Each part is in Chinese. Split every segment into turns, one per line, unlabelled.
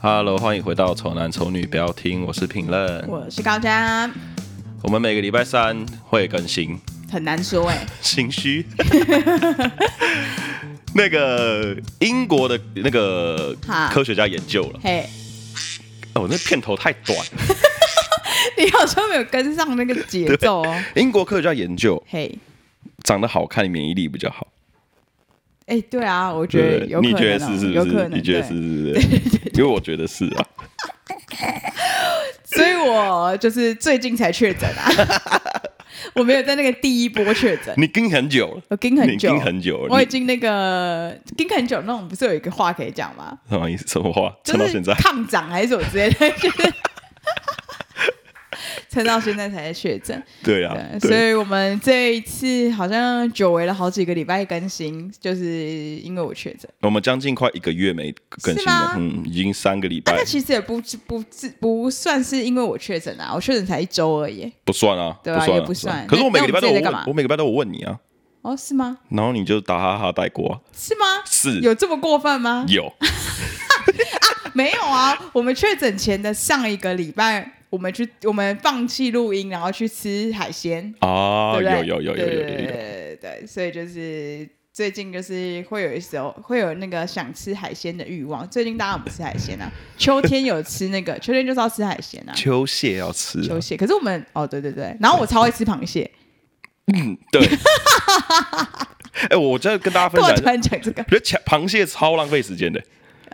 Hello，欢迎回到《丑男丑女》，不要听，我是评论。
我是高嘉，
我们每个礼拜三会更新，
很难说 哎、
心 虚。那个英国的那个
哈
科学家研究了，
嘿、
哦，那片头太 短了。
你好像没有跟上那个节奏哦。
英国科学家研究，
嘿，
长得好看免疫力比较好，
哎、对啊，我觉
对
得
不对？你
有可能、哦，
觉得是是
有
不
可
是？
能，
你觉得
对
是是是？因为我觉得是啊。
所以我就是最近才确诊 啊，我没有在那个第一波确诊，
你盯很久了，
我盯很久，
你盯很久了
我已经那个盯很久那种，不是有一个话可以讲吗？
什么意思？什么话？
就
撑到
是
现在？
抗涨还是什么之类的，就是撑到现在才确诊。
对啊，
对，
对
所以我们这一次好像久违了好几个礼拜更新，就是因为我确诊。
我们将近快一个月没更新
是吗
了，嗯，已经三个礼
啊，
拜
那其实也不不不算是因为我确诊啊，我确诊才一周而已。
不算啊，
对啊
算
也
啊，
不算
可是我每个礼拜都有
那那我们自己在
问
干嘛，
我每个礼拜都有问你啊，
哦，是吗？
然后你就打哈哈带过啊，
是吗？
是
有这么过分吗？
有，
没有啊，我们确诊前的上一个礼拜，我们去我们放弃录音，然后去吃海鲜，
啊，
对不
有
对？
有有有有
对
有
对对
有
对
有，
对对，所以就是。最近就是会有一时候会有那个想吃海鲜的欲望。最近大家有没有吃海鲜啊，秋天有吃那个，秋天就是要吃海鲜啊，
秋蟹要吃啊，
秋蟹。可是我们哦，对对对，然后我超会吃螃蟹。
对，哎，我真的跟大家分
我
享一
突
下，
然讲这个，
我觉得抢螃蟹超浪费时间的，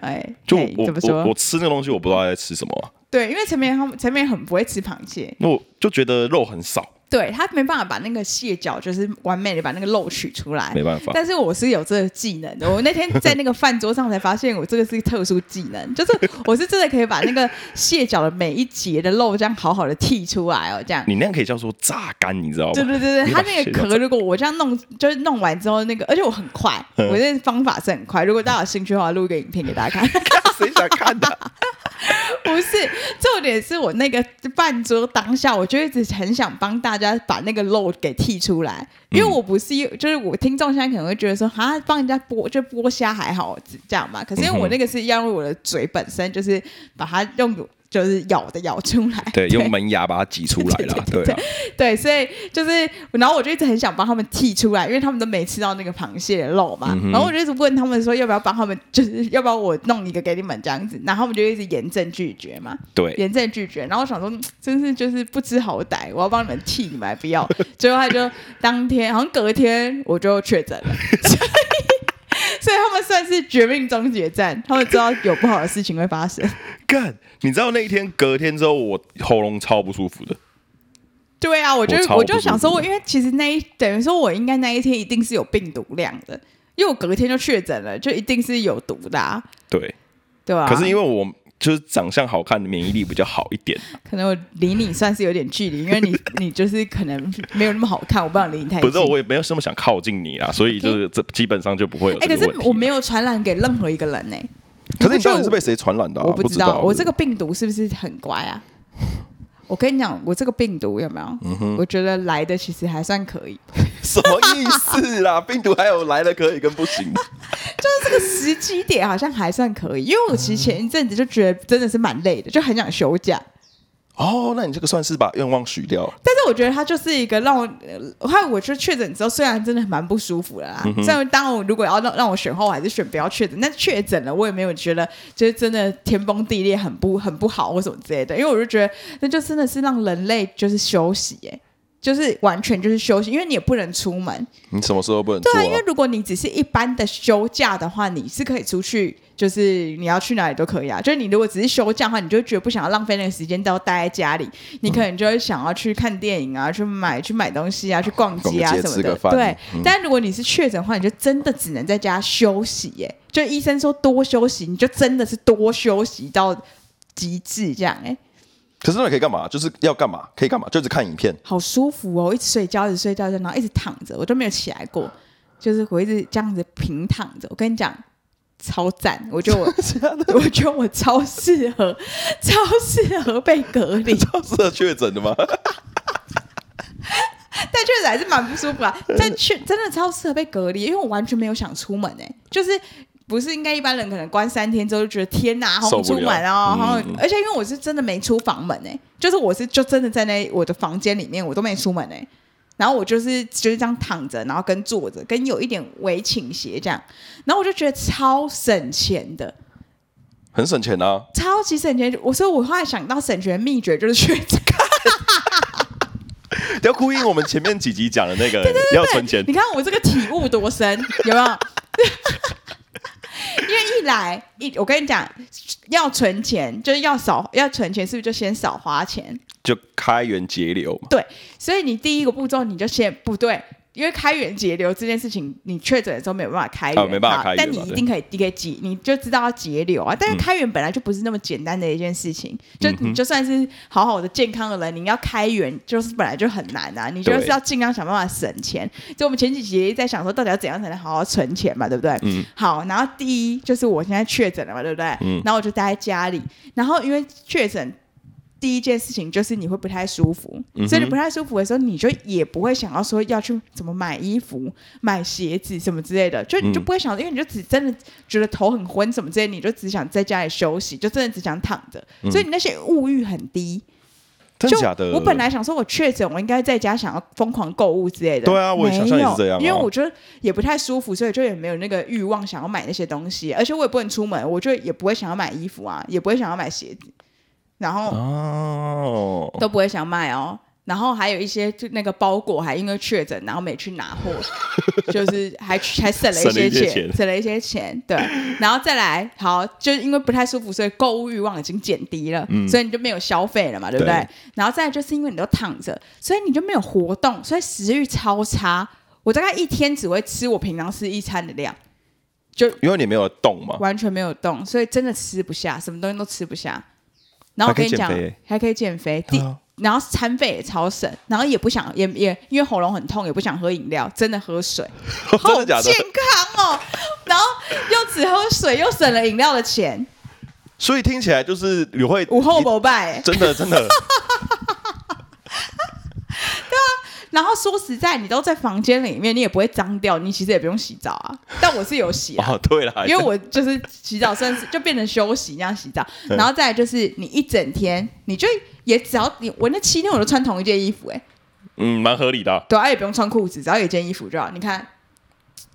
哎，
就
哎
我
怎么
我我
说？
吃那个东西我不知道在吃什么啊，
对，因为陈明他们陈明很不会吃螃蟹，
那我就觉得肉很少，
对他没办法把那个蟹脚就是完美的把那个肉取出来
没。 办法，
但是我是有这个技能的，我那天在那个饭桌上才发现，我这个是特殊技 能，就是我是真的可以把那个蟹脚的每一节的肉这样好好的剔出来哦，这样。
你那样可以叫做榨干，你知道
对
吗？
对对
你
对，
把
它那
蟹
个
脚
壳如果我这样弄，就是弄完之后那个，而且我很快，
嗯
我这方法是很快。如果大家有兴趣的话，录一个影片给大家看。
谁想看的？
不是，重点是我那个饭桌当下，我就一直很想帮大家把那个肉给剔出来，
嗯
因为我不是，就是我听众现在可能会觉得说，啊，帮人家剥就剥虾还好这样嘛，可是因为我那个是要用我的嘴本身，就是把它用就是咬的咬出来，
对，用门牙把它挤出来啦，对啊，
对，所以就是，然后我就一直很想帮他们剔出来，因为他们都没吃到那个螃蟹的肉嘛。
嗯哼
然后我就一直问他们说，要不要帮他们，就是要不要我弄一个给你们这样子，然后他们就一直严正拒绝嘛。
对，
严正拒绝。然后我想说，嗯真是就是不知好歹，我要帮你们替你们，不要。 结果他就当天，好像隔天我就确诊了， 所以所以他们算是绝命终结战，他们知道有不好的事情会发生。
干，你知道那一天隔天之后，我喉咙超不舒服的，
对啊，我就
我超
我就想说，
不
我
舒
因为其实那一等于说我应该那一天一定是有病毒量的，因为我隔天就确诊了，就一定是有毒的、啊，
对。
对吧、
可是因为我就是长相好看，免疫力比较好一点，
可能我离你算是有点距离，因为你 你就是可能没有那么好看，我不想离你太
不
近。
是我也没有什么想靠近你啦，所以就是这基本上就不会有
哎、
这个
可
问
是我
题。啊
没有传染给任何一个人呢、
可是你到底
我
是被谁传染的啊？
我
不
不知道，我这
个
个 病毒是不是很乖啊？我跟你讲，我这个病毒有没有？我觉得来的其实还算可以，
什么意思啦？病毒还有来了可以跟不 行的，
就是这个时机点好像还算可以，因为我其实前一阵子就觉得真的是蛮累的，就很想休假。
哦，那你这个算是把愿望许掉了。
但是我觉得它就是一个让我，呃后来我就确诊之后，虽然真的蛮不舒服的啦，虽然当我如果要让让我选后，我还是选不要确诊。但确诊了，我也没有觉得就是真的天崩地裂，很不很不好或什么之类的。因为我就觉得那就真的是让人类就是休息、耶，就是完全就是休息，因为你也不能出门。
你什么时候不能做
对啊，因为
啊？
如果你只是一般的休假的话，你是可以出去，就是你要去哪里都可以啊。就是你如果只是休假的话，你就会觉得不想要浪费那个时间，都要待在家里，你可能就会想要去看电影啊，去买去买东西啊，去逛街啊
逛街
什么
吃个
的。
饭
对，
嗯
但如果你是确诊的话，你就真的只能在家休息耶、就医生说多休息，你就真的是多休息到极致这样哎、
可是那可以干嘛？就是要干嘛？可以干嘛？就只看影片。
好舒服哦！我一直睡觉，一直睡觉，然后一直躺着，我都没有起来过，就是我一直这样子平躺着。我跟你讲，超赞！我觉得我，我觉得我超适合，超适合被隔离，
超 适合确诊的吗？
但确实
嗯
还是蛮不舒服啊。但确真的超适合被隔离，因为我完全没有想出门哎、就是。不是应该一般人可能关三天之后就觉得天哪，好
受
不
不了
出门啊，然后
嗯
而且因为我是真的没出房门哎、就是我是就真的在那我的房间里面我都没出门哎、然后我就是就是这样躺着，然后跟坐着，跟有一点微倾斜这样，然后我就觉得超省钱的，
很省钱啊。
超级省钱。我所以，我后来想到省钱的秘诀就是去这个。
要呼应我们前面几集讲的那个 要存钱
你，看我这个体悟多深，有 没有？因为一来一，我跟你讲，要存钱就是要少要存钱，是不是就先少花钱？
就开源节流嘛。
对，所以你第一个步骤你就先不对，因为开源节流这件事情，你确诊的时候没有办法开源，
啊没办法
好
开源
但
嘛
你一
对嗯
定可以，你可以节，你就知道要节流啊。但是开源本来就不是那么简单的一件事情，就你就算是好好的健康的人，你要开源就是本来就很难啊，你就是
对
要尽量想办法省钱。所以我们前几集也在想说，到底要怎样才能好好存钱嘛，对不对？
嗯，
好，然后第一就是我现在确诊了嘛，对不对？
嗯
然后我就待在家里，然后因为确诊。第一件事情就是你会不太舒服，
嗯哼
所以你不太舒服的时候，你就也不会想要说要去怎么买衣服、买鞋子什么之类的，就你就
嗯
不会想，因为你就只真的觉得头很昏什么之类的，你就只想在家里休息，就真的只想躺着，
嗯
所以你那些物欲很低。
真
就
假的？
我本来想说，我确诊，我应该在家想要疯狂购物之类的。
对啊我也想象也是这样啊
没有因为我觉得也不太舒服，所以就也没有那个欲望想要买那些东西，而且我也不能出门，我就也不会想要买衣服啊，也不会想要买鞋子，然后
哦，
都不会想买哦。然后还有一些就那个包裹，还因为确诊，然后没去拿货， 就是还还省了一
省了一
些
些
钱，
钱
省了一些钱，对。然后再来，好，就是因为不太舒服，所以购物欲望已经减低了，所以你就没有消费了嘛，嗯对不对？
对
然后再来就是因为你都躺着，所以你就没有活动，所以食欲超差。我大概一天只会吃我平常吃一餐的量，就
因为你没有动嘛，
完全没有动，所以真的吃不下，什么东西都吃不下。然
还
后我
可
跟
以
你讲
减肥欸，
还可以减肥，第、
对啊
然后餐费也超省，然后也不想也也因为喉咙很痛，也不想喝饮料，真的喝水，
哦真的假的
好健？康哦。然后又只喝水，又省了饮料的钱，
所以听起来就是你会
午后
一
不败、欸。
真的真 的
然后说实在，你都在房间里面，你也不会脏掉，你其实也不用洗澡 啊。但我是有洗啊，
哦，对啦，
因为我就是洗澡算是就变成休息这样洗澡，
嗯
然后再来就是你一整天，你就也只要你我那七天我都穿同一件衣服、欸，哎，
嗯蛮合理的啊。
对啊，也不用穿裤子，只要有一件衣服就好，你看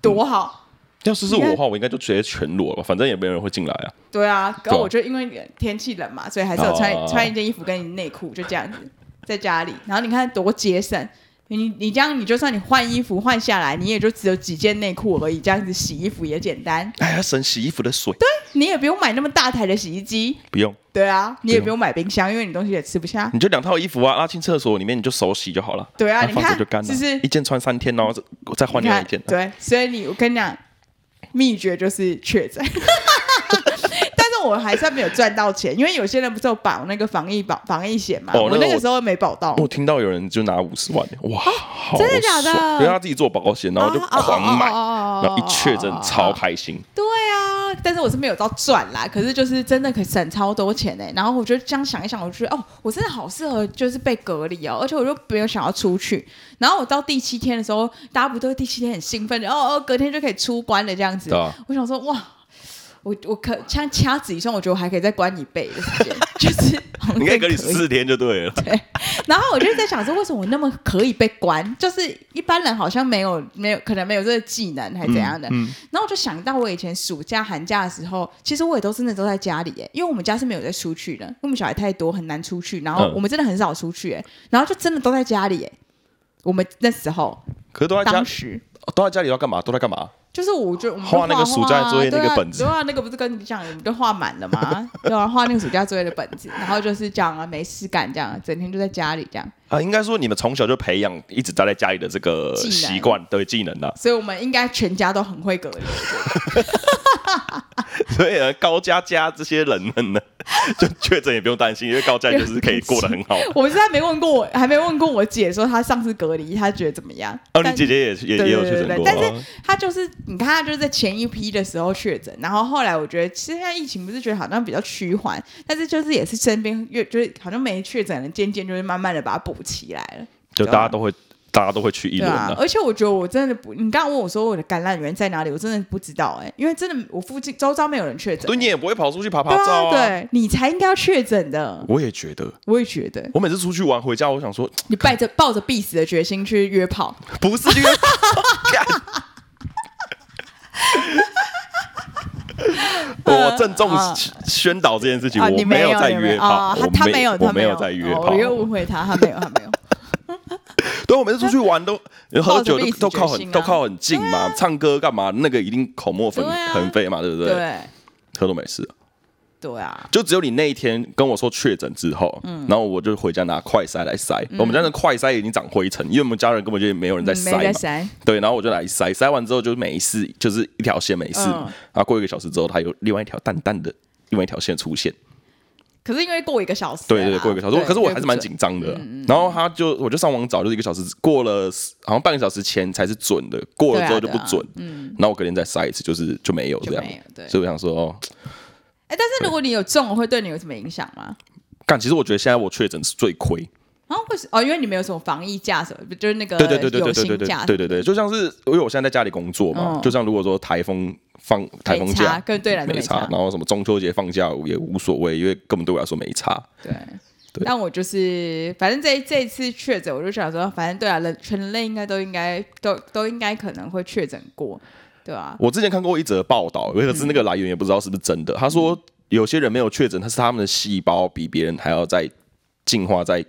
多好。
要是是我的话，我应该就直接全裸了，反正也没有人会进来啊。
对啊，可
对啊
我就因为天气冷嘛，所以还是有穿、
哦
穿一件衣服跟你内裤，就这样子 在家里。然后你看多节省，你你这样你就算你换衣服换下来，你也就只有几件内裤而已，这样子洗衣服也简单，
哎，要省洗衣服的水，
你也不用买那么大台的洗衣机。
不用，
对啊，你也
对
不用买冰箱，因为你东西也吃不下。
你就两套衣服啊，拉进厕所里面你就手洗就好了。
对啊
然
你
后放
看
着就干了，
就是
一件穿三天，然后再再换
你
另外一
看，
件。
对，所以你我跟你讲，秘诀就是确诊。 但是我还算没有赚到钱，因为有些人不是有保那个防疫保防疫险嘛，
哦
我
那个
那个
我
时候没保到。
哦我听到有人就拿五十万，哇，好
啊真的假的啊
爽因为他自己做保险，然后就狂
哦
买，然后一确诊超
开。
开心。
对啊，但是我是没有到赚啦，可是就是真的可以省超多钱呢、然后我就这样想一想，我就觉得哦，我真的好适合就是被隔离哦，而且我就没有想要出去。然后我到第七天的时候，大家不都第七天很兴奋，然后哦隔天就可以出关了这样子。
对啊
我想说哇。我我可像掐指一算，我觉得我还可以再关一倍的时间， 就是好像
你可以隔离
更
十四天就 对了，
然后我就在想说，为什么我那么可以被关？ 就是一般人好像没有没有可能没有这个技能，还怎样的？
嗯嗯
然后我就想到我以前暑假、寒假的时候，其实我也都真的都在家里耶，因为我们家是没有在出去的，因为我们小孩太多，很难出去。然后
嗯
我们真的很少出去耶，然后就真的都在家里耶。我们那时候
可是都在家
当，时。
都在家里要干嘛？都在干嘛？
就是我就我们就
画那个
画
暑假
啊
作业那个
对啊
本子
对啊，那个不是跟你讲，我们就画满了吗？对啊，画那个暑假作业的本子，然后就是讲啊，没事干这样，整天就在家里这样。
啊，应该说你们从小就培养一直待在家里的这个
技能
习惯，对技能啊啦，
所以我们应该全家都很会隔离。
所以呃高佳佳这些人们呢， 就确诊也不用担心，因为高佳就是可以过得很 好。
我现在没问过我，还没问过我姐说她上次隔离，她觉得怎么样？
哦，你
但
姐姐也也
对
也有
对
确诊
对
过，
但是
哦
她就是你看，她就是在前一批的时候确诊，然后后来我觉得现在疫情不是觉得好像比较趋缓，但是就是也是身边越就是好像没确诊的，渐渐就是慢慢的把它补起来了。
就大家都会大家都会去一
对
轮的、
啊，而且我觉得我真的不，你刚刚问我说我的感染源在哪里，我真的不知道哎、因为真的我附近周遭没有人确诊
所以，你也不会跑出去爬爬
对
照
啊，对你才应该要确诊的，
我也觉得，
我也觉得
我每次出去玩回家，我想说，
你抱着抱着必死的决心去约炮，
不是约炮，干 我郑重
嗯
宣导这件事情，
啊，
我
你没
有在
你
约
啊
炮，
他
我
他
没
有，
我
他
没
有
有在约
哦
炮
我。又误会他，他没有，他没有。
对，我每次出去玩 都喝酒
必
都
死
都靠
决心
很
啊
都靠很近嘛，唱歌干嘛？那个一定口沫横
对啊
横飞嘛， 对不对？
对
喝都没事，
对啊，
就只有你那一天跟我说确诊之后，
嗯
然后我就回家拿快筛来筛。我们家的快筛已经长灰尘，因为我们家人根本就没有人在
嗯没
筛嘛。
在删，
对，然后我就来塞，塞完之后就没事，就是一条线没事。
嗯
然后过一个小时之后，它有另外一条淡淡的另外一条线出现。
可是因为过一个小时了啊，
对对对，过一个小时，
对
可是我还是蛮
对
紧张的。嗯
嗯
然后他就我就上网找，就是一个小时过了，好像半个小时前才是准的，过了之后就不准。
对啊对啊嗯，
然后我隔天再塞一次，就是就没有
就
这样。
没有对。
所以我想说，哦，
哎，但是如果你有中，会对你有什么影响吗？
干，其实我觉得现在我确诊是最亏。
然后会是哦，因为你没有什么防疫假什么，不就是那个
对对对对
呃有
对对
薪
对
假
对对对对，就像是因为我现在在家里工作嘛，
嗯
就像如果说台风放台风假，
跟对来说
没
差
差，然后什么中秋节放假也无所谓，因为根本对我来说没差。
对。
对
但我就是，反正这一这一次确诊，我就想说，反正对啊，人全人类应该都应该都都应该可能会确诊过，对啊，
我之前看过一则报道，可是那
嗯
个来源也不知道是不是真的。他说有些人没有确诊，他是他们的细胞比别人还要再进化再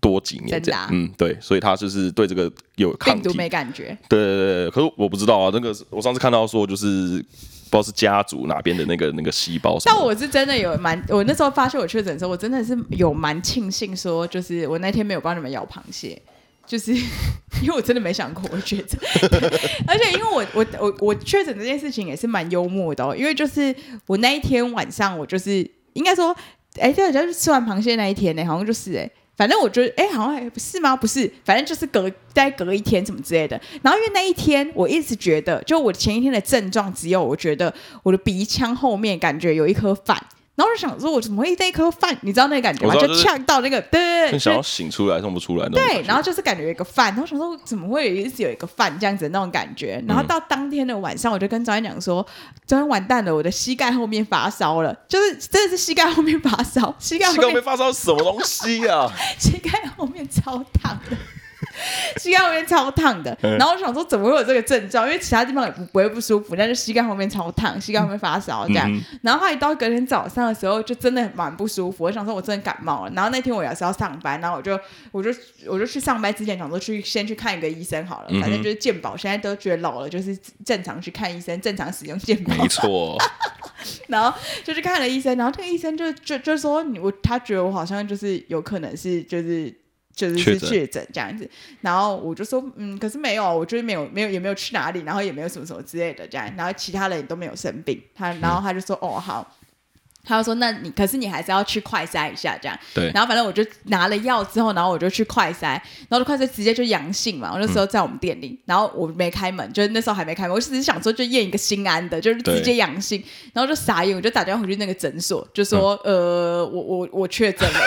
多几年
真
这
的啊
样。嗯，对，所以他就是对这个有抗
病
体
毒。没感觉，
对对对，可是我不知道啊，那个我上次看到说就是。不知道是家族哪边的那个那个细胞什么
但
的，
我是真的有蛮，我那时候发现我确诊的时候，我真的是有蛮庆幸说，就是我那天没有帮你们咬螃蟹，就是 因为我真的没想过我确诊， 而且因为我我我我确诊这件事情也是蛮幽默的、哦，因为就是我那一天晚上，我就是应该说，哎，对，就是吃完螃蟹那一天呢、好像就是哎、反正我觉得，哎、好像还不是吗？不是，反正就是隔再隔一天什么之类的。然后因为那一天，我一直觉得，就我前一天的症状只有我觉得我的鼻腔后面感觉有一颗饭，然后就想说，我怎么会那一颗饭？你知道那个感觉吗？
我知道
就
就是
呛到那个，对对对，
很想
就
要醒出来，弄不出来那种感
对，
觉。
然后就是感觉有一个饭，然后想说怎么会有一直有一个饭这样子的那种感觉，
嗯
然后到当天的晚上，我就跟张燕讲说，张燕完蛋了，我的膝盖后面发烧了，就是真的是膝盖后面发烧，膝盖
膝
后
盖被
面
发烧是什么东西 啊？
膝盖后面超烫的。 膝盖后面超烫的，
嗯
然后我想说怎么会有这个症状？因为其他地方也不不会不舒服，但是膝盖后面超烫，膝盖后面发烧这样。
嗯
然后后来到隔天早上的时候，就真的蛮不舒服。我想说，我真的感冒了。然后那天我也是要上班，然后我就我就我就去上班之前想说去先去看一个医生好了，
嗯哼
反正就是健保，现在都觉得老了，就是正常去看医生，正常使用健保
没。 错，
然后就去看了医生，然后这个医生就就就说你我他觉得我好像就是有可能是就是。就是
确
是
诊
确诊这样子，然后我就说，嗯，可是没有啊，我就是没有没有也没有去哪里，然后也没有什么什么之类的这样，然后其他人也都没有生病，他然后他就说，哦好，他就说那你可是你还是要去快筛一下这样，
对，
然后反正我就拿了药之后，然后我就去快筛，然后快筛直接就阳性嘛。我那时候在我们店里，然后我没开门，就是那时候还没开门，我只是想说就验一个心安的，就是直接阳性，然后就傻眼，我就打电话回去那个诊所，就说、呃，我我我确诊了，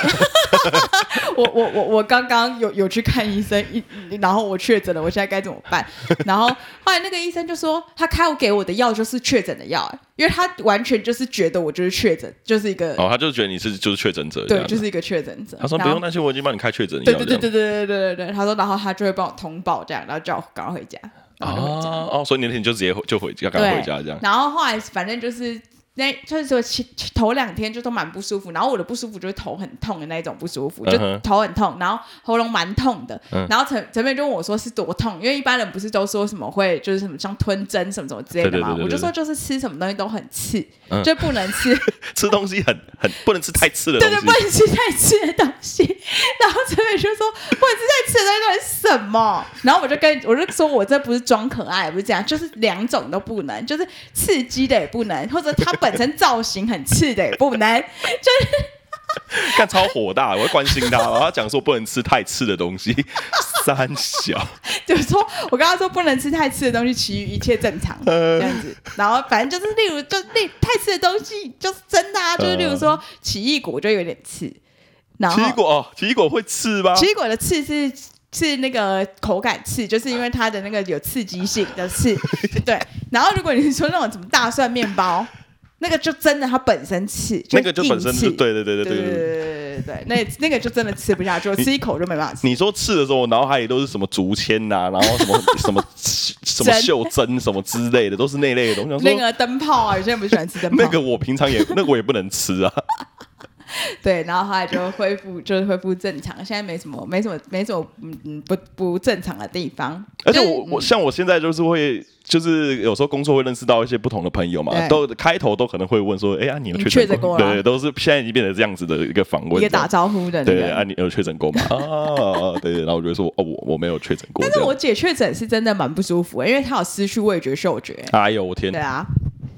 我我我我刚刚有有去看医生，一然后我确诊了，我现在该怎么办？然后后来那个医生就说，他开给我的药就是确诊的药、欸因为他完全就是觉得我就是确诊，就是一个、
哦，他就觉得你是就是确诊者这
对，
样子，
就是一个确诊者。
他说
然
不
后
用担心，我已经帮你开确诊药
对
这
对
样。
对对对对对对对，他说，然后他就会帮我通报这样，然后叫我赶快回家，然后就回家。
哦哦，所以你那天就直接回就回家，赶快
对，
回家这样。
然后后来反正就是那就是说其其头两天就都蛮不舒服，然后我的不舒服就是头很痛的那一种不舒服，就
嗯哼
头很痛，然后喉咙蛮痛的。
嗯
然后陈陈美就问我说是多痛，因为一般人不是都说什么会就是什么像吞针什么什么之类的嘛，
对对对对对
我就说就是吃什么东西都很刺，
嗯
就不能吃。
吃东西很很不能吃太刺的
对
东
对，
西
不。能吃太吃的东西。然后陈美就说：“不能吃太吃的东西是什么？”然后我就跟我就说：“我这不是装可爱，不是这样，就是两种都不能，就是刺激的也不能，或者它本身造型很刺的也不能。
看超火大，我会关心他，然后他讲说不能吃太刺的 东西。三小，”
就是说我跟他说不能吃太刺的东西，其余一切正常这样子。 然后反正就是例如就例太刺的东西就是真的啊，就是例如说奇异果就有点刺，然后
奇异果哦，奇异果会刺吗？
奇异果的刺是是那个口感刺，就是因为它的那个有刺激性的 刺，对。然后如果你是说那种什么大蒜面包，那个就真的它本身刺，
那个就本身
是
就对对对对
对
对
对
对对。
对对对，那那个就真的吃不下去，我吃一口就没办法吃。
你说刺的时候，我脑海里都是什么竹签呐、然后什么 什么什么
针
袖珍什么之类的，都是那类的东西。我想说
那个灯泡啊，有些人不喜欢吃灯泡。
那个我平常也 那个我也不能吃啊。
对，然后后来就恢复，就是恢复正常，现在没什么，没什么，没什么，嗯嗯，不不正常的地方。
而且
就是
我我像我现在就是会，就是有时候工作会认识到一些不同的朋友嘛，
对
都开头都可能会问说，哎呀，你有
你
确
确诊
过
过
吗？
吗
对，都是现在已经变成这样子的一个访问，
一个打招呼的那
对啊，
个。
你有确诊过 吗？啊，对，然后我就会说，哦，我我没有确诊过。
但是
这
我
样
姐确诊是真的蛮不舒服、欸因为她有失去味觉、嗅觉。
哎呦，我天
对，啊，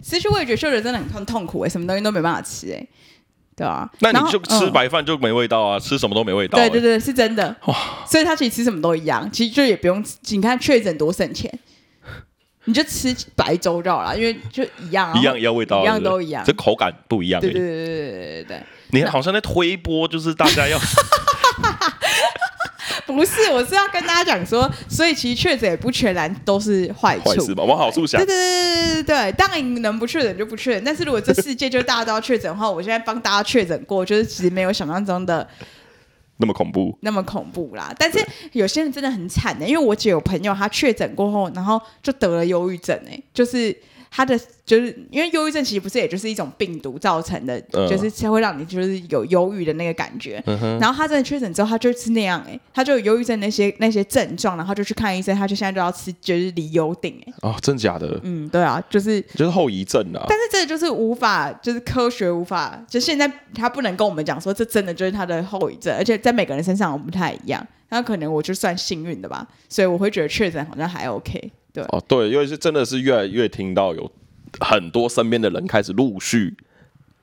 失去味觉、嗅觉真的很痛痛苦、哎，什么东西都没办法吃、哎，对啊。
那
然
你
后
就吃、
嗯
白饭就没味道啊，吃什么都没味道。
对对对，是真的。所以她其实吃什么都一样，其实就也不用吃。你看确诊多省钱，你就吃白粥就好了，因为就一样啊，
一样一样味道啊，
一样
对不对
都一样
这口感不一样。
对。对
欸
对对对对对。
你好像在推波，就是大家要
不是，我是要跟大家讲说，所以其实确诊也不全然都是坏处。
坏事吧，往好处想
对对。对对对对，当然你能不确诊就不确诊，但是如果这世界就大家都要确诊的话，我现在帮大家确诊过，就是其实没有想象中的
那么恐怖，
那么恐怖啦。但是有些人真的很惨的、因为我姐有朋友她确诊过后，然后就得了忧郁症、欸， 就是她的就是因为忧郁症其实不是也就是一种病毒造成的，
嗯
就是才会让你就是有忧郁的那个感觉。
嗯哼，
然后他真的确诊之后，他就是那样哎、欸，他就有忧郁症那些那些症状，然后就去看医生，他就现在就要吃就是离忧定哎、欸，
哦，真假的，
嗯，对啊，就是，
就是后遗症啊。
但是这就是无法，就是科学无法，就现在他不能跟我们讲说这真的就是他的后遗症，而且在每个人身上不太一样，那可能我就算幸运的吧，所以我会觉得确诊好像还 OK，对，
哦，对，因为是真的是越来越听到有很多身边的人开始陆续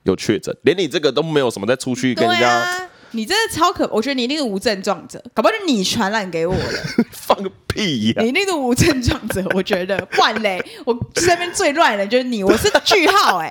有确诊，连你这个都没有什么再出去跟人
对
家、
啊。你真的超可，我觉得你一定是无症状者，搞不好是你传染给我的。
放个屁呀、
你那个无症状者，我觉得换嘞，我身边最乱的就是你，我是句号哎、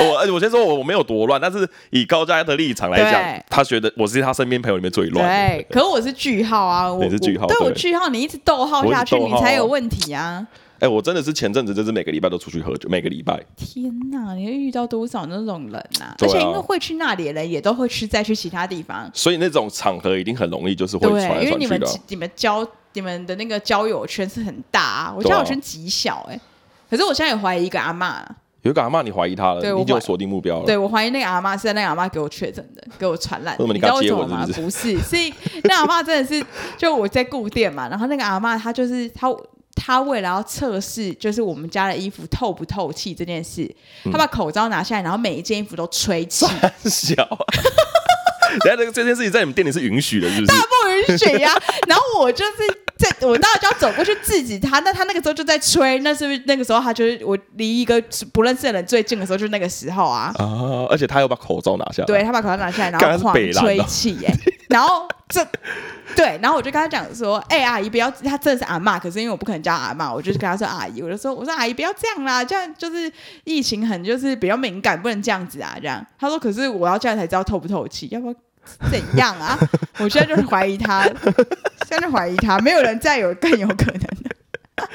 我我先说我我没有多乱，但是以高嘉的立场来讲
对，
他觉得我是他身边朋友里面最 乱的。
对，可我是句号啊，我
你是句号
我对
对
我句号，你一直逗号下去，
我一直
你
逗号啊
才有问题啊！
哎、我真的是前阵子就是每个礼拜都出去喝酒，每个礼拜
天哪，你会遇到多少那种人啊？
对
而
啊
且因为会去那里的人，也都会去再去其他地方，
所以那种场合一定很容易就是会
对
传，来
因为
传
你
去
们
的啊、
你们交你们的那个交友圈是很大、啊，我
对啊
交友圈极小哎、可是我现在也怀疑一个阿嬷，
有一个阿妈，你怀疑他了，
对
你
我
就
怀
锁定目标了。
对我怀疑那个阿嬷是那个阿嬷给我确诊的，给我传染的。
为什么你
知
跟
道
她
为
接
什么
吻
吗？
是
不是，是那阿嬷真的是，就我在顾店嘛，然后那个阿嬷她就是她。她为了要测试，就是我们家的衣服透不透气这件事，她把口罩拿下来，然后每一件衣服都吹气，
小、啊。 等一下这个这件事情在你们店里是允许的，是不是？
不允许呀、 然后我就是在，我当然就要走过去制止她。那她那个时候就在吹，那是不是那个时候她就是我离一个不认识的人最近的时候，就是那个时候啊。
啊！而且他又把口罩拿下来，
对他把口罩拿下来，然
干他
后
是
狂
北蓝
吹
哦
气耶、然后这对，然后我就跟他讲说，哎、阿姨不要，他真的是阿嬷，可是因为我不可能叫她阿嬷，我就跟他说阿姨，我就说我说阿姨不要这样啦，这样就是疫情很就是比较敏感，不能这样子啊，这样。他说可是我要这样才知道透不透气，要不然怎样啊？我现在就是怀疑他，现在就怀疑他，没有人再有更有可能的。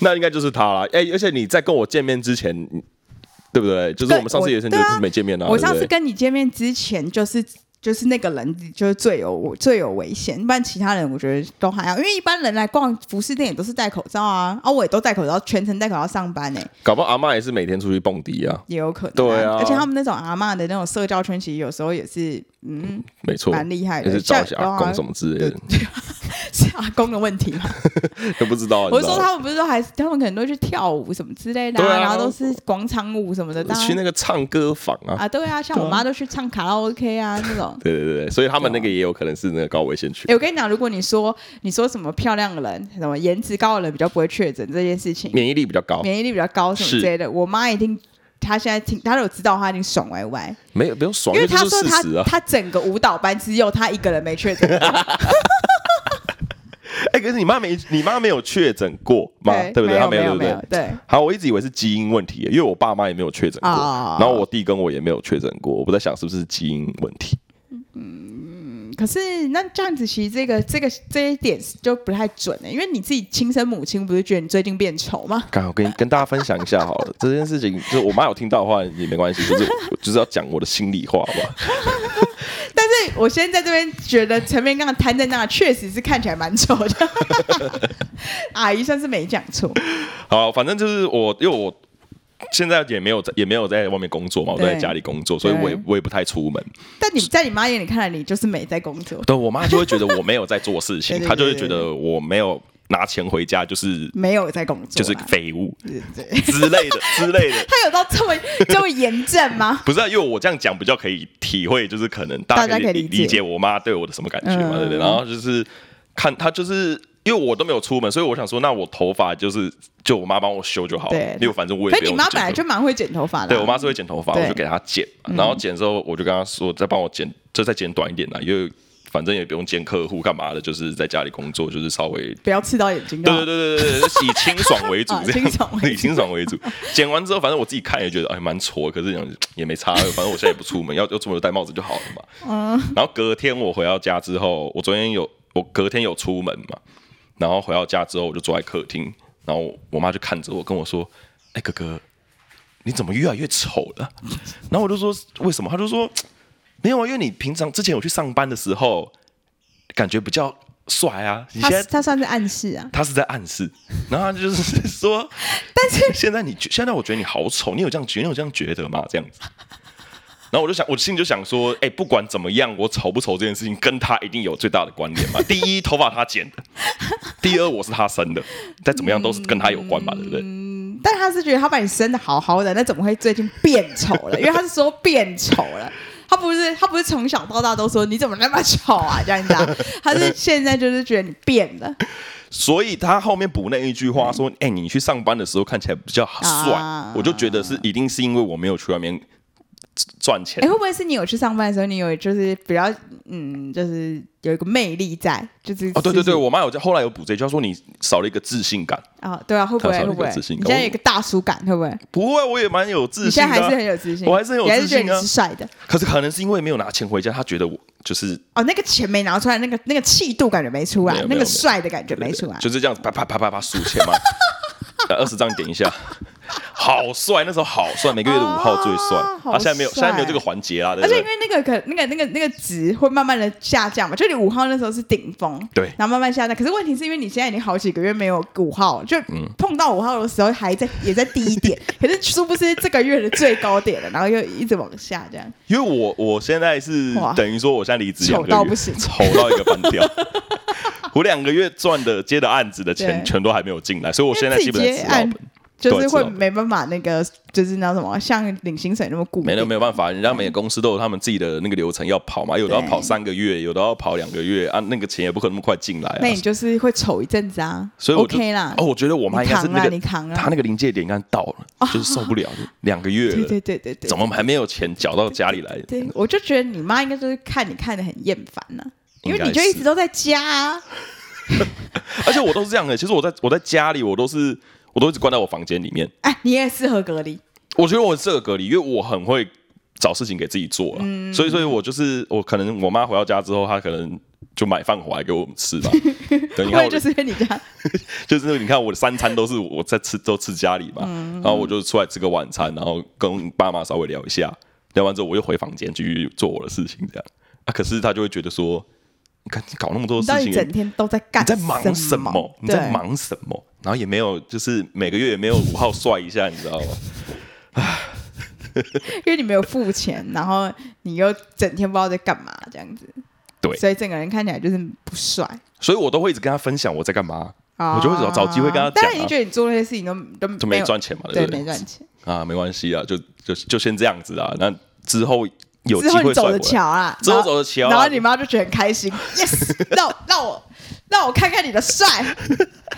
那应该就是他啦。哎、而且你在跟我见面之前，你对不对？就是我们上次也是你
对
就是没见面啊。
我上次
对不对
跟你见面之前就是。就是那个人就是最有最有危险，不然其他人我觉得都还好，因为一般人来逛服饰店也都是戴口罩啊，啊我也都戴口罩，全程戴口罩上班呢、
搞不好阿妈也是每天出去蹦迪啊，
也有可能、
对啊
而且他们那种阿嬷的那种社交圈，其实有时候也是嗯
没错，
蛮厉害
也
的，
是找一
像啊
些阿公什么之类的，
是阿公的问题嘛。
都不知道。
我是说
你知道吗
他们不是说还是他们可能都会去跳舞什么之类的、
对啊
然后都是广场舞什么的，当
去
然
那个唱歌房啊，
啊对啊，像我妈都去唱卡拉 OK 啊那种。
对对对对，所以他们那个也有可能是那个高危险
啊哎、
区，
我跟你讲，如果你说你说什么漂亮的人，什么颜值高的人比较不会确诊这件事情，
免疫力比较高，
免疫力比较高什么
是
之类的，我妈一定，她现在听，她有知道，她已经爽歪歪，
没有不用爽，
因为
这就
她
是
说她
事实啊。
她整个舞蹈班只有她一个人没 确诊，
哎，可是你妈没你妈没有确诊过吗？对不
没
对？她
没
有，对不
没
对
有？，对，
好，我一直以为是基因问题，因为我爸妈也没有确诊过，
啊
然后我弟跟我也没有确诊过，我不在想是不是基因问题。
可是那这样子，其实这个这个这一点就不太准了、因为你自己亲生母亲不是觉得你最近变丑吗？
刚好跟跟大家分享一下好了，这件事情就是我妈有听到的话也没关系，就是我就是要讲我的心里话，好不好？
但是我现在在这边觉得陈明刚摊在那，确实是看起来蛮丑的。 阿姨算是没讲错，
好，反正就是我，因为我现在也没有在也没有在外面工作嘛，我都在
对
家里工作，所以我也
对
我也不太出门。
但你在你妈眼里看来，你就是没在工作，
对我妈就会觉得我没有在做 事情，
对对
她就会
对
觉
对
得我没有拿钱回家，就是
没有在工作
就
啦，
是废物
啊对对。
之类的之类的。
他有到这么 这么严正吗？
不是、啊，因为我这样讲比较可以体会，就是可能大
大
家
家可
理
以理解
解我妈对我的什么感觉嘛，
嗯
对不对？然后就是看她就是。因为我都没有出门，所以我想说，那我头发就是就我妈帮我修就好了
对，
因为反 正我也
可
不
是
用
你妈
剪
本来
头
就蛮会剪头发的啊、
对我妈是会剪头发，
对嗯
我就给她剪嘛，然后剪之后我就跟她说，再帮我剪，就再剪短一点啦，因为反正也不用见客户干嘛的，就是在家里工作，就是稍微。
不要刺到眼睛就
对
啊好。
对对对对，就是以清爽为主
啊，
这样
清爽为主
以清爽为主。剪完之后，反正我自己看也觉得哎蛮挫，可是讲也没差，反正我现在也不出门，要要出门就戴帽子就好了嘛。然后隔天我回到家之后，我昨天有我隔天有出门嘛，然后回到家之后我就坐在客厅，然后我妈就看着我跟我说：“哎、哥哥，你怎么越来越丑了？”然后我就说：“为什么？”她就说：“没有啊，因为你平常之前我去上班的时候，感觉比较帅啊，你现
她
在
她算是暗示啊，
他是在暗示，然后他就是说， 但是现在你觉现在我觉得你好丑，你有这样觉你有这样觉得吗？这样子，然后我就想，我心里就想说，哎、不管怎么样，我丑不丑这件事情跟他一定有最大的关 联嘛。第一，头发他剪的；第二，我是他生的，再怎么样都是跟他有关嘛，对不对？
但她是觉得她把你生的好好的，那怎么会最近变丑 了？因为她是说变丑了。她不是，她不是从小到大都说你怎么那么丑啊 这样子啊，她是现在就是觉得你变 了，
所以他后面补那一句话说：“哎、你去上班的时候看起来比较帅。
啊
我就觉得是一定是因为我没有去外面赚钱
哎、，会不会是你有去上班的时候，你有就是比较嗯，就是有一个魅力在，就是
哦，对对对，我妈有在后来有补这句，她说你少了一个自信感。
啊，对啊，会不
她
会
少了
会
一
不
个
会？
自
你
信
现
感
在
我
有一个大叔感，会不会？
不会，我也蛮有
你
自信
现
的
在还
啊、
是很有自信，
我还是很有
你还
自
是觉
信
得
啊
你是帅的
可是可能是因为没有拿钱回家，他觉得我就是
哦。那个钱没拿出来，那个那个气度感觉没出
没
来
有，没有
那个帅的感觉没啊出来。
就是这样子啪啪啪啪啪数钱嘛， 呃二十张点一下，好帅，那时候好帅，每个月的五号最帅，
哦好
啊，现在没有，现在没有
帅
这个环节啦，对
而
不
且因
对
为？那个可那个那个那个值会慢慢的下降嘛，就你五号那时候是顶峰，
对
然后慢慢下降。可是问题是因为你现在已经好几个月没有五号，就
嗯
碰到五号的时候还在也在低 点，可是殊不知这个月的最高点了，然后又一直往下这样。
因为我我现在是
哇
等于说我现在离职两个
丑到
月
不行
丑到一个半 掉。我两个月赚的接的案子的钱
对
全都还没有进来，所以我现在
因为
基
自己
本上
接
吃老本
案，就
对
是
知
会
道
没办法那个，就是那什么，像领薪水那么固定，
没了没有办法，人家每个公司都有他们自己的那个流程要跑嘛，有的要
对
跑三个月，有的要跑两个月啊，那个钱也不可能那么快进来啊。
那你就是会丑一阵子啊。
所以我就
OK 啦，
哦，我觉得我妈应该是那个，
你扛啊你扛啊哦
她那个临界点应该到了，就是受不了，就两个月
对
了，
对对对对
怎，么还没有钱缴到家里来？
对，我就觉得你妈应该就是看你看的很厌烦呐、因为
应该
你就一
是
直都在家啊。
而且我都是这样的，其实我在我在家里，我都是我都一直关在我房间里面。
哎，你也适合隔离，
我觉得我这个隔离，因为我很会找事情给自己做了，
嗯
所以所以我就是我可能我妈回到家之后，她可能。就买饭回来给我们吃吧，对，你看
会
我
就
的
是因为你 家
就是你看我的三餐都是我在吃，都吃家里嘛，
嗯
然后我就出来吃个晚餐，然后跟爸妈稍微聊一下，聊完之后我又回房间继续做我的事情，这样啊。可是他就会觉得说，你看你搞那么多
你
事
到底
情，
整
你
天都在干
在忙什
什
么？你
对
在忙什么？然后也没有，就是每个月也没有五号帅一下，你知道吗？
因为你没有付钱，然后你又整天不知道在干嘛这样子。
对
所以整个人看起来就是不帅。
所以我都会一直跟他分享我在干嘛，
啊
我就会找找机会跟他讲啊
当然，你觉得你做那些事情都都
就
没
没
有
赚钱嘛，对
对，
不
没
对？
赚钱。
啊，没关系啊，就就就先这样子啊。那之后有机
之后
会帅
你走
回来
着，瞧啊，
之后
然
走着瞧啊
然后你妈就觉得很开心，yes，让我 让我让我看看你的帅，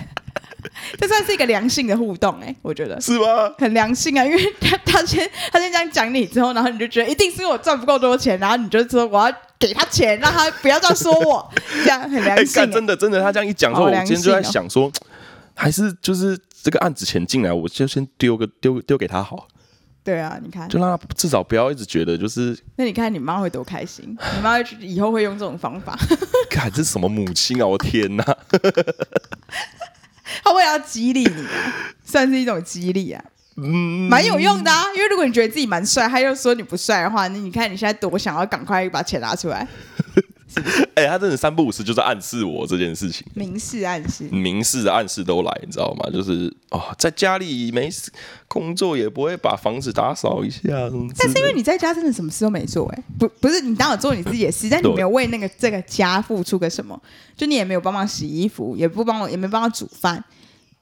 这算是一个良性的互动哎、我觉得
是吗？
很良性啊，因为他他先他先这样讲你之后，然后你就觉得一定是我赚不够多钱，然后你就说我要给他钱，让他不要这样说我， 这样很良
哎，
性、
干、
欸。
真的真的，他这样一讲之后，
好
我
良
今天就在
性哦
想说，还是就是这个案子钱进来，我就先丢个丢丢给他好。
对啊，你看，
就让他至少不要一直觉得就是，
那你看你妈会多开心，你妈会去以后会用这种方法，
看这是什么母亲啊！我天哪，
她为了要激励你、啊，算是一种激励啊，蛮有用的啊。因为如果你觉得自己蛮帅，她又说你不帅的话，那你看你现在多想要赶快把钱拿出来，
哎、他真的三不五时就是暗示我这件事情，
明示暗示。
明示暗示都来，你知道吗？就是哦，在家里没事工作也不会把房子打扫一下什么之类的。
但是因为你在家真的什么事都没做、哎，不不是你当然做你自己的事，但你没有为那个这个家付出个什么，就你也没有帮忙洗衣服，也不帮我，也没帮他煮饭，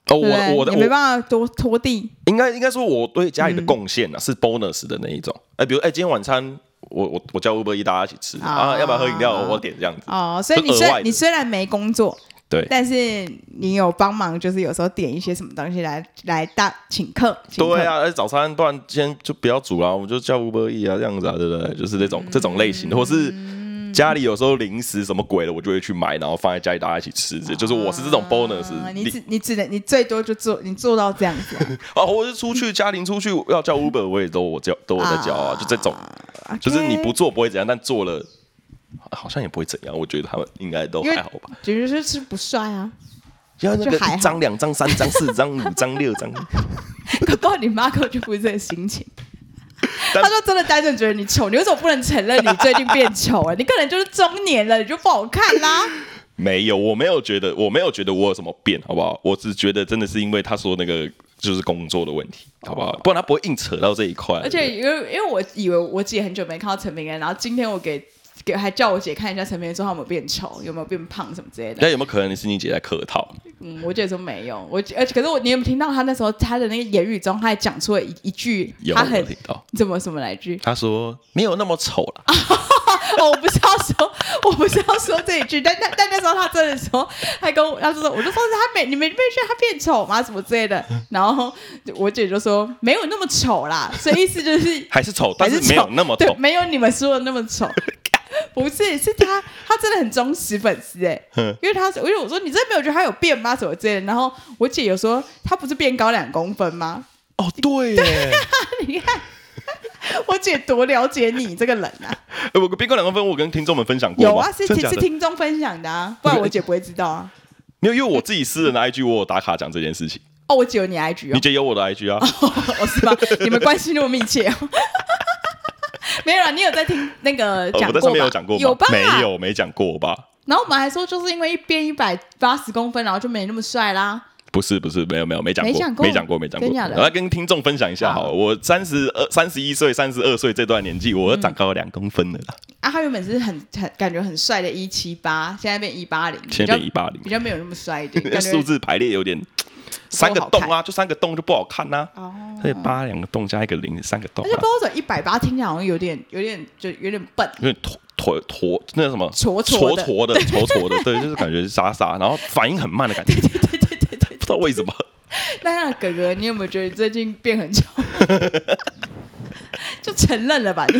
哦，
对不对
我我的
也没
我
办法多拖地，
应该应该说我对家里的贡献啊、是 bonus 的那一种。哎、比如哎、今天晚餐我我我叫 Uber 一大家一起吃啊
啊
要不要喝饮料？我点这样子。
哦，所以你
是额外
虽
的
你虽然没工作，
对
但是你有帮忙，就是有时候点一些什么东西来来大请客，请客
对，啊，哎，早餐不然今天就不要煮啦，我们就叫 Uber E 啊，这样子啊，对不对？就是那种、这种类型的，或是家里有时候零食什么鬼的，我就会去买，然后放在家里大家一起吃。这就是我是这种 bonus，、
啊你
啊你
只你只能你最多就做你做到这样子啊、
啊，或是出去家庭出去要叫 Uber，我也都我叫 都我在叫啊，就这种，
OK
就是你不做不会怎样，但做了好好像也不会怎样。我觉得他们应该都
因为
还好吧，
觉得就是不帅啊，
要那个
就还好
一张、两张、三张、四张、五张、六张，
搞不好你妈根本就不是这个心情。
但
她说：“真的单纯觉得你丑，你为什么不能承认你最近变丑 了？你可能就是中年了，你就不好看啦。
没有，我没有觉得，我没有觉得我有什么变，好不好？我只觉得真的是因为他说那个就是工作的问题，好不好？不然他不会硬扯到这一块。
而
对
且因为因为我以为我姐很久没看到陈明恩，然后今天我给给还叫我姐看一下陈明恩，说他有没有变丑，有没有变胖什么之类的。
那有没有可能是你姐在客套？
嗯，我姐说没有，我姐而且可是我你有没有听到他那时候他的那个言语中，他还讲出了一一句
有，
他
我有
很
听到。
怎么什么来句？
他说没有那么丑啦，
啊哦，我不是要说，我不是要说这一句，但但但那时候他真的说，他跟我他就说，我就说他没你没被觉得他变丑吗？什么之类的。然后我姐就说没有那么丑啦，所以意思就是
还是丑， 但是没有那么
对
丑，。
没有你们说的那么丑。 不是，是他，他真的很忠实粉丝哎，因为他，因为我说你真的没有觉得他有变吗？什么之类的。然后我姐有说他不是变高两公分吗？
哦，对耶，
我姐多了解你这个人啊，
哎 我边过两公分，我跟听众们分享过吗
有啊，是
真
听
的假
是
的？
听众分享的啊，不然我姐不会知道啊。
没有，因为我自己私人的 IG 我有打卡讲这件事情，
哦，我姐有你 IG
你
哦，
姐有我的 IG 啊？
哦是吗？你们关系那么密切哦。 没有啦，你有在听那个
呃
哦讲
我在
过吧？
上面有讲过吗？
有吧？
没。有，没讲过吧？
然后我们还说，就是因为一变一百八十公分，然后就没那么帅啦。
不是不是，没有没有没讲
没讲
过，
过
没讲过，没讲过。
真假的
我要跟听众分享一下好了，
好
我三十二、三十一岁、三十二岁这段年纪，我长高了两公分了啦，
啊，他原本是很很感觉很帅的，一七八，现在变一八零，比
现
较
在变一八零
比，较没有那么帅 一点，
那
感
数
觉
字排列有 点三个洞啊，就三个洞就不好看呐。
哦。
所以八两个洞加一个零，三个洞
而且
啊
不知，道怎么一百八听起来好像有点有点就有点 笨，
因为坨坨坨那个什么
矬矬
矬
的
矬的矬矬的，对，就是感觉是沙沙，然后反应很慢的感觉，
对对对对对。
不知道为什么。
那那哥哥，你有没有觉得你最近变很丑？ 就承认了吧，你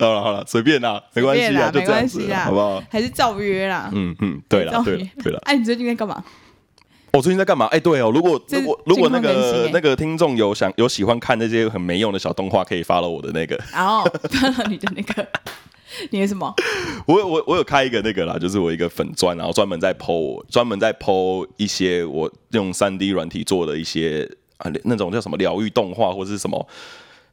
好了好了，随便啦，没关
随
系
便
啊，
啦
就
没
这样
关
子
系
啦，
啦，
好不好？？
还是照约啦。
嗯嗯，对
照
了对
约
了对了。
哎，你最近在干嘛？
我最近在干嘛？哎、对哦，如果
这
如果如果那
近况更新
个
哎
那个听众有想有喜欢看那些很没用的小动画，可以发了我的那个，
然后看到你的那个，你的什么？
我有我我有开一个那个啦，就是我一个粉钻，然后专门在 PO 我专门在 PO 一些我用三 D 软体做的一些啊那种叫什么疗愈动画或是什么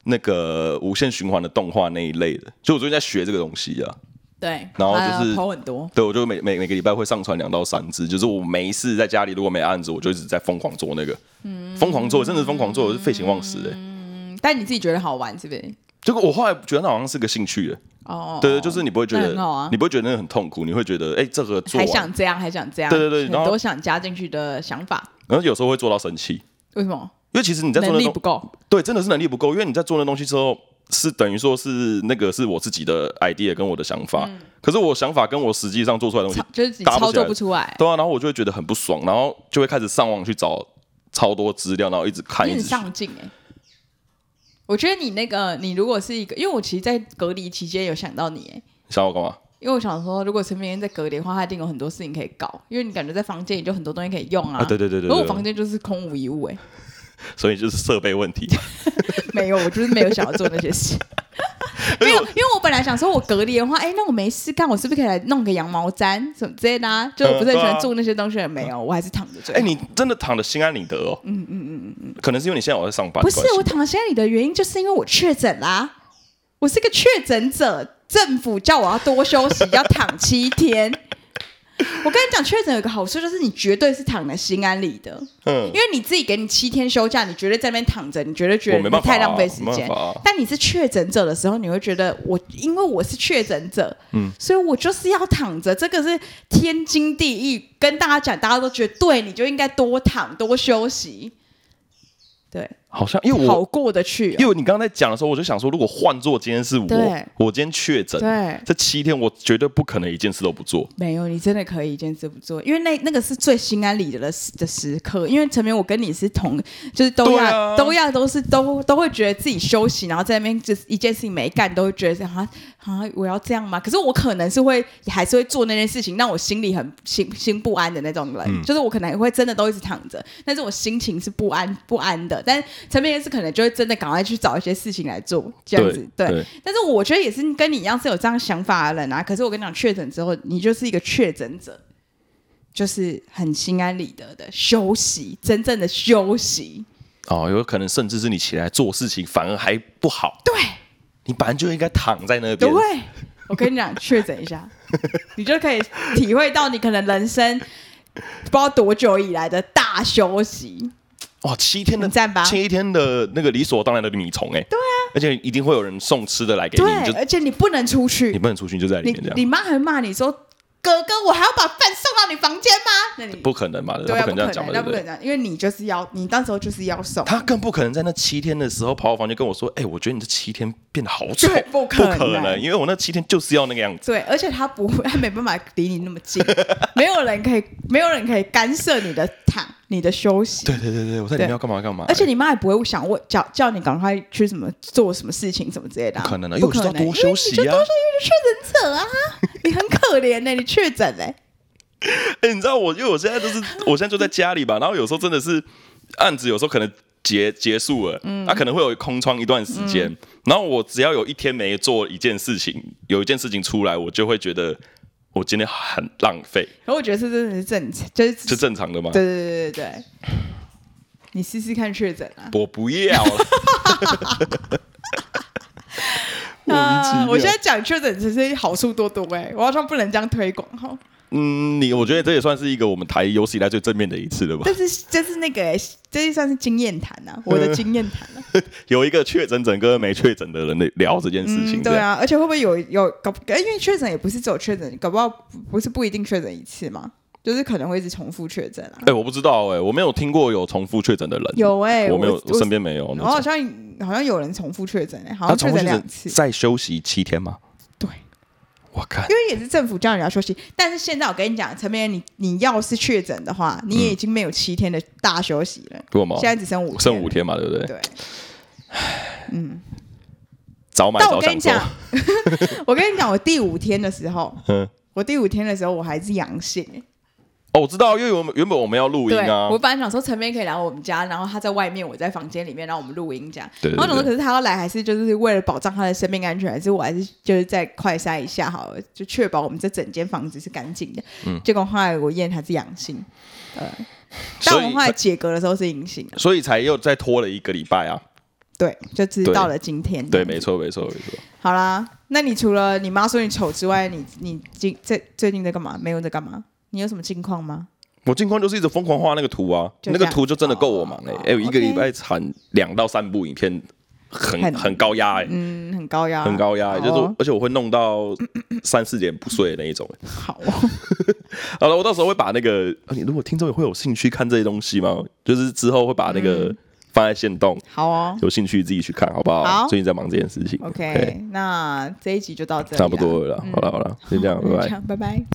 那个无限循环的动画那一类的，所以我最近在学这个东西啊。
对，
然后就是
头很多。
对，我就每每每个礼拜会上传两到三支，就是我没事在家里如果没案子，我就一直在疯狂做那个，疯狂做，真的是疯狂做，我是废寝忘食欸的、
嗯但你自己觉得好玩是不是？
结果我后来觉得那好像是个兴趣耶，
哦，
对对，就是你不会觉
那
得
很好啊，
你不会觉得那个很痛苦，你会觉得哎、这个做
还
完，
想这样，还想这样，
对对对然
很
后
多想加进去的想法，
然后有时候会做到生气，
为什么？
因为其实你在做那
能力
东
不，够，
对，真的是能力不够，因为你在做那东西之后，是等于说是那个是我自己的 idea 跟我的想
嗯
法，可是我想法跟我实际上做出来的东西
操，就是你
搭不
操
起
作
来
不出来。
对啊，然后我就会觉得很不爽，然后就会开始上网去找超多资料，然后一直看，
你
一
很
直学
上进哎、我觉得你那个，你如果是一个，因为我其实，在隔离期间有想到你哎、
想要干嘛？
因为我想说，如果陈明恩在隔离的话，他一定有很多事情可以搞，因为你感觉在房间里就很多东西可以用啊。
啊对对对对对
可我房间就是空无一物哎、
所以就是设备问 题。
没有，我就是没有想要做那 些事。没有，因为我本来想说，我隔离的话，哎、那我没事干，我是不是可以来弄个羊毛毡什么之类的啊？就我不是很 喜欢做那些东西的，没有，我还是躺着最
哎、
好。
你真的躺的心安理得哦。嗯嗯嗯嗯可能是因为你现在我在上班
不
的
是
关系，
我躺在里的原因，就是因为我确诊啦，我是个确诊者，政府叫我要多休息，要躺七天。 我跟你讲，确诊有个好处就是你绝对是躺的心安理得，因
嗯，
为你自己给你七天休假，你绝对在那边躺着，你绝对觉得
我没
你
办法啊
太浪费时
没
间
办法啊。
但你是确诊者的时候，你会觉得我因为我是确诊者，
嗯
所以我就是要躺着，这个是天经地义。跟大家讲，大家都觉得对，你就应该多躺多休息，对，
好像因为
好
我
过得去、啊
因为你刚才讲的时候，我就想说，如果换做今天是我
对，
我今天确诊，
对，
这七天我绝对不可能一件事都不做。
没有，你真的可以一件事不做，因为那那个是最心安理得的时的时刻。因为陈明，我跟你是同，就是都
对
要、
啊
都要都是都都会觉得自己休息，然后在那边就是一件事情没干，都会觉得好像啊我要这样吗？可是我可能是会还是会做那件事情，让我心里很心心不安的那种人，就是我可能会真的都一直躺着，但是我心情是不安不安的。但陈明是可能就会真的赶快去找一些事情来做，这样子对。
对，
但是我觉得也是跟你一样是有这样想法的人啊。可是我跟你讲，确诊之后，你就是一个确诊者，就是很心安理得的休息，真正的休息。
哦，有可能甚至是你起来做事情反而还不好，
对，
你本来就应该躺在那
对
边。，
我跟你讲，确诊一下，你就可以体会到你可能人生不知道多久以来的大休息。
哇，七天的
很赞吧
七天的那个理所当然的米虫哎、对啊，而且一定会有人送吃的来给你，你
对，
就
而且你不能出
你
去，
不能出去，你就在里啊
你
面这
你
样，
妈还骂你说：“哥哥，我还要把饭送到你房间吗？”那你
不可能嘛，
对
他
啊，
不可能这样讲嘛，
那
对
不
不
可
对
能？这样，因为你就是要，你到时候就是要送。
他更不可能在那七天的时候跑我房间跟我说：“哎、我觉得你这七天变得好丑。”
对不可
可
能
能，因为我那七天就是要那个样子。
对，而且他不会，他没办法离你那么近，没有人可以，没有人可以干涉你的躺，你的休息。
对对对对，我在里面要干嘛干嘛、
而且你妈也不会想问叫叫你赶快去什么做什么事情什么之类的、啊，
不可能的，因
不
为我就
可
要
能，因
多
为
休息
你就
呀、
多休息，确诊者啊，你很可怜呢、你确诊哎，
哎、你知道我，因为我现在就是，我现在就在家里吧，然后有时候真的是案子，有时候可能结结束了，
嗯
它、可能会有空窗一段时间，然后我只要有一天没做一件事情，有一件事情出来，我就会觉得我今天很浪费，
可我觉得这真的是正常，就是
是正常的吗？
对对对对对，你试试看确诊啊。
我不要 了。莫名其
啊
妙！
我现在讲确诊只是好处多多哎、我好像不能这样推广哈。
嗯，你我觉得这也算是一个我们台有史以来最正面的一次了吧？
但是这是那个、欸，这就算是经验谈啊，我的经验谈啊。
有一个确诊者跟没确诊的人聊这件事情，
对
这样，
啊，而且会不会有有搞不？因为确诊也不是只有确诊，搞不好不是不一定确诊一次嘛，就是可能会一直重复确诊啊
哎、。我不知道哎、我没有听过有重复确诊的人，
有哎、
我没有，我
我
身边没有那种。
我好像好像有人重复确诊哎、好
他
像
重
确
复
诊
确
两
诊
次，
再休息七天吗？
对。
我看
因为也是政府叫你要休息，但是现在我跟你讲，陈明，你你要是确诊的话，你也已经没有七天的大休息了，
对吗
现？在只剩五，
剩五，天嘛，对不对？
对。
早买
但
早
我跟你
享受
讲。，我跟你讲，我 第五天的时候，
嗯
我第五天的时候我还是阳性、欸，
哦，我知道，因为我们原本我们要录音
对，
啊
我，本来想说陈明可以来我们家，然后他在外面，我在房间里面，然后我们录音这样。
对对对
然后我想说，可是他要来，还是就是为了保障他的生命安全，还是我还是就是再快筛一下好了，就确保我们这整间房子是干净的。
嗯
结果后来我验他是阳性，呃，但
所
我
以
们后来解隔的时候是阴性的，
所以才又再拖了一个礼拜啊。
对，就知
对
道了今天。
对，没。错，没错，没错。
好啦，那你除了你妈说你丑之外，你你近最最近在干嘛？没有在干嘛？你有什么近况吗？
我近况就是一直疯狂画那个图啊，
就这
那
样
个图就真的够我忙哎、欸，
哦
哎、一个
OK
礼拜产两到三部影片，很
很
很高压哎、
嗯，很高压，
很高压、欸，就
好
是我
哦
而且我会弄到三四点不睡的那一 种、欸
好哦，
好了，我到时候会把那个，呃你如果听众也会有兴趣看这些东西吗？就是之后会把那
嗯
个放在线动，
好哦。
有兴趣自己去看，好不好？
好哦
最近在忙这件事情
OK，那这一集就到这里啦，
差不多了啦，好了好了，先这样，拜
嗯
拜
这。样拜拜。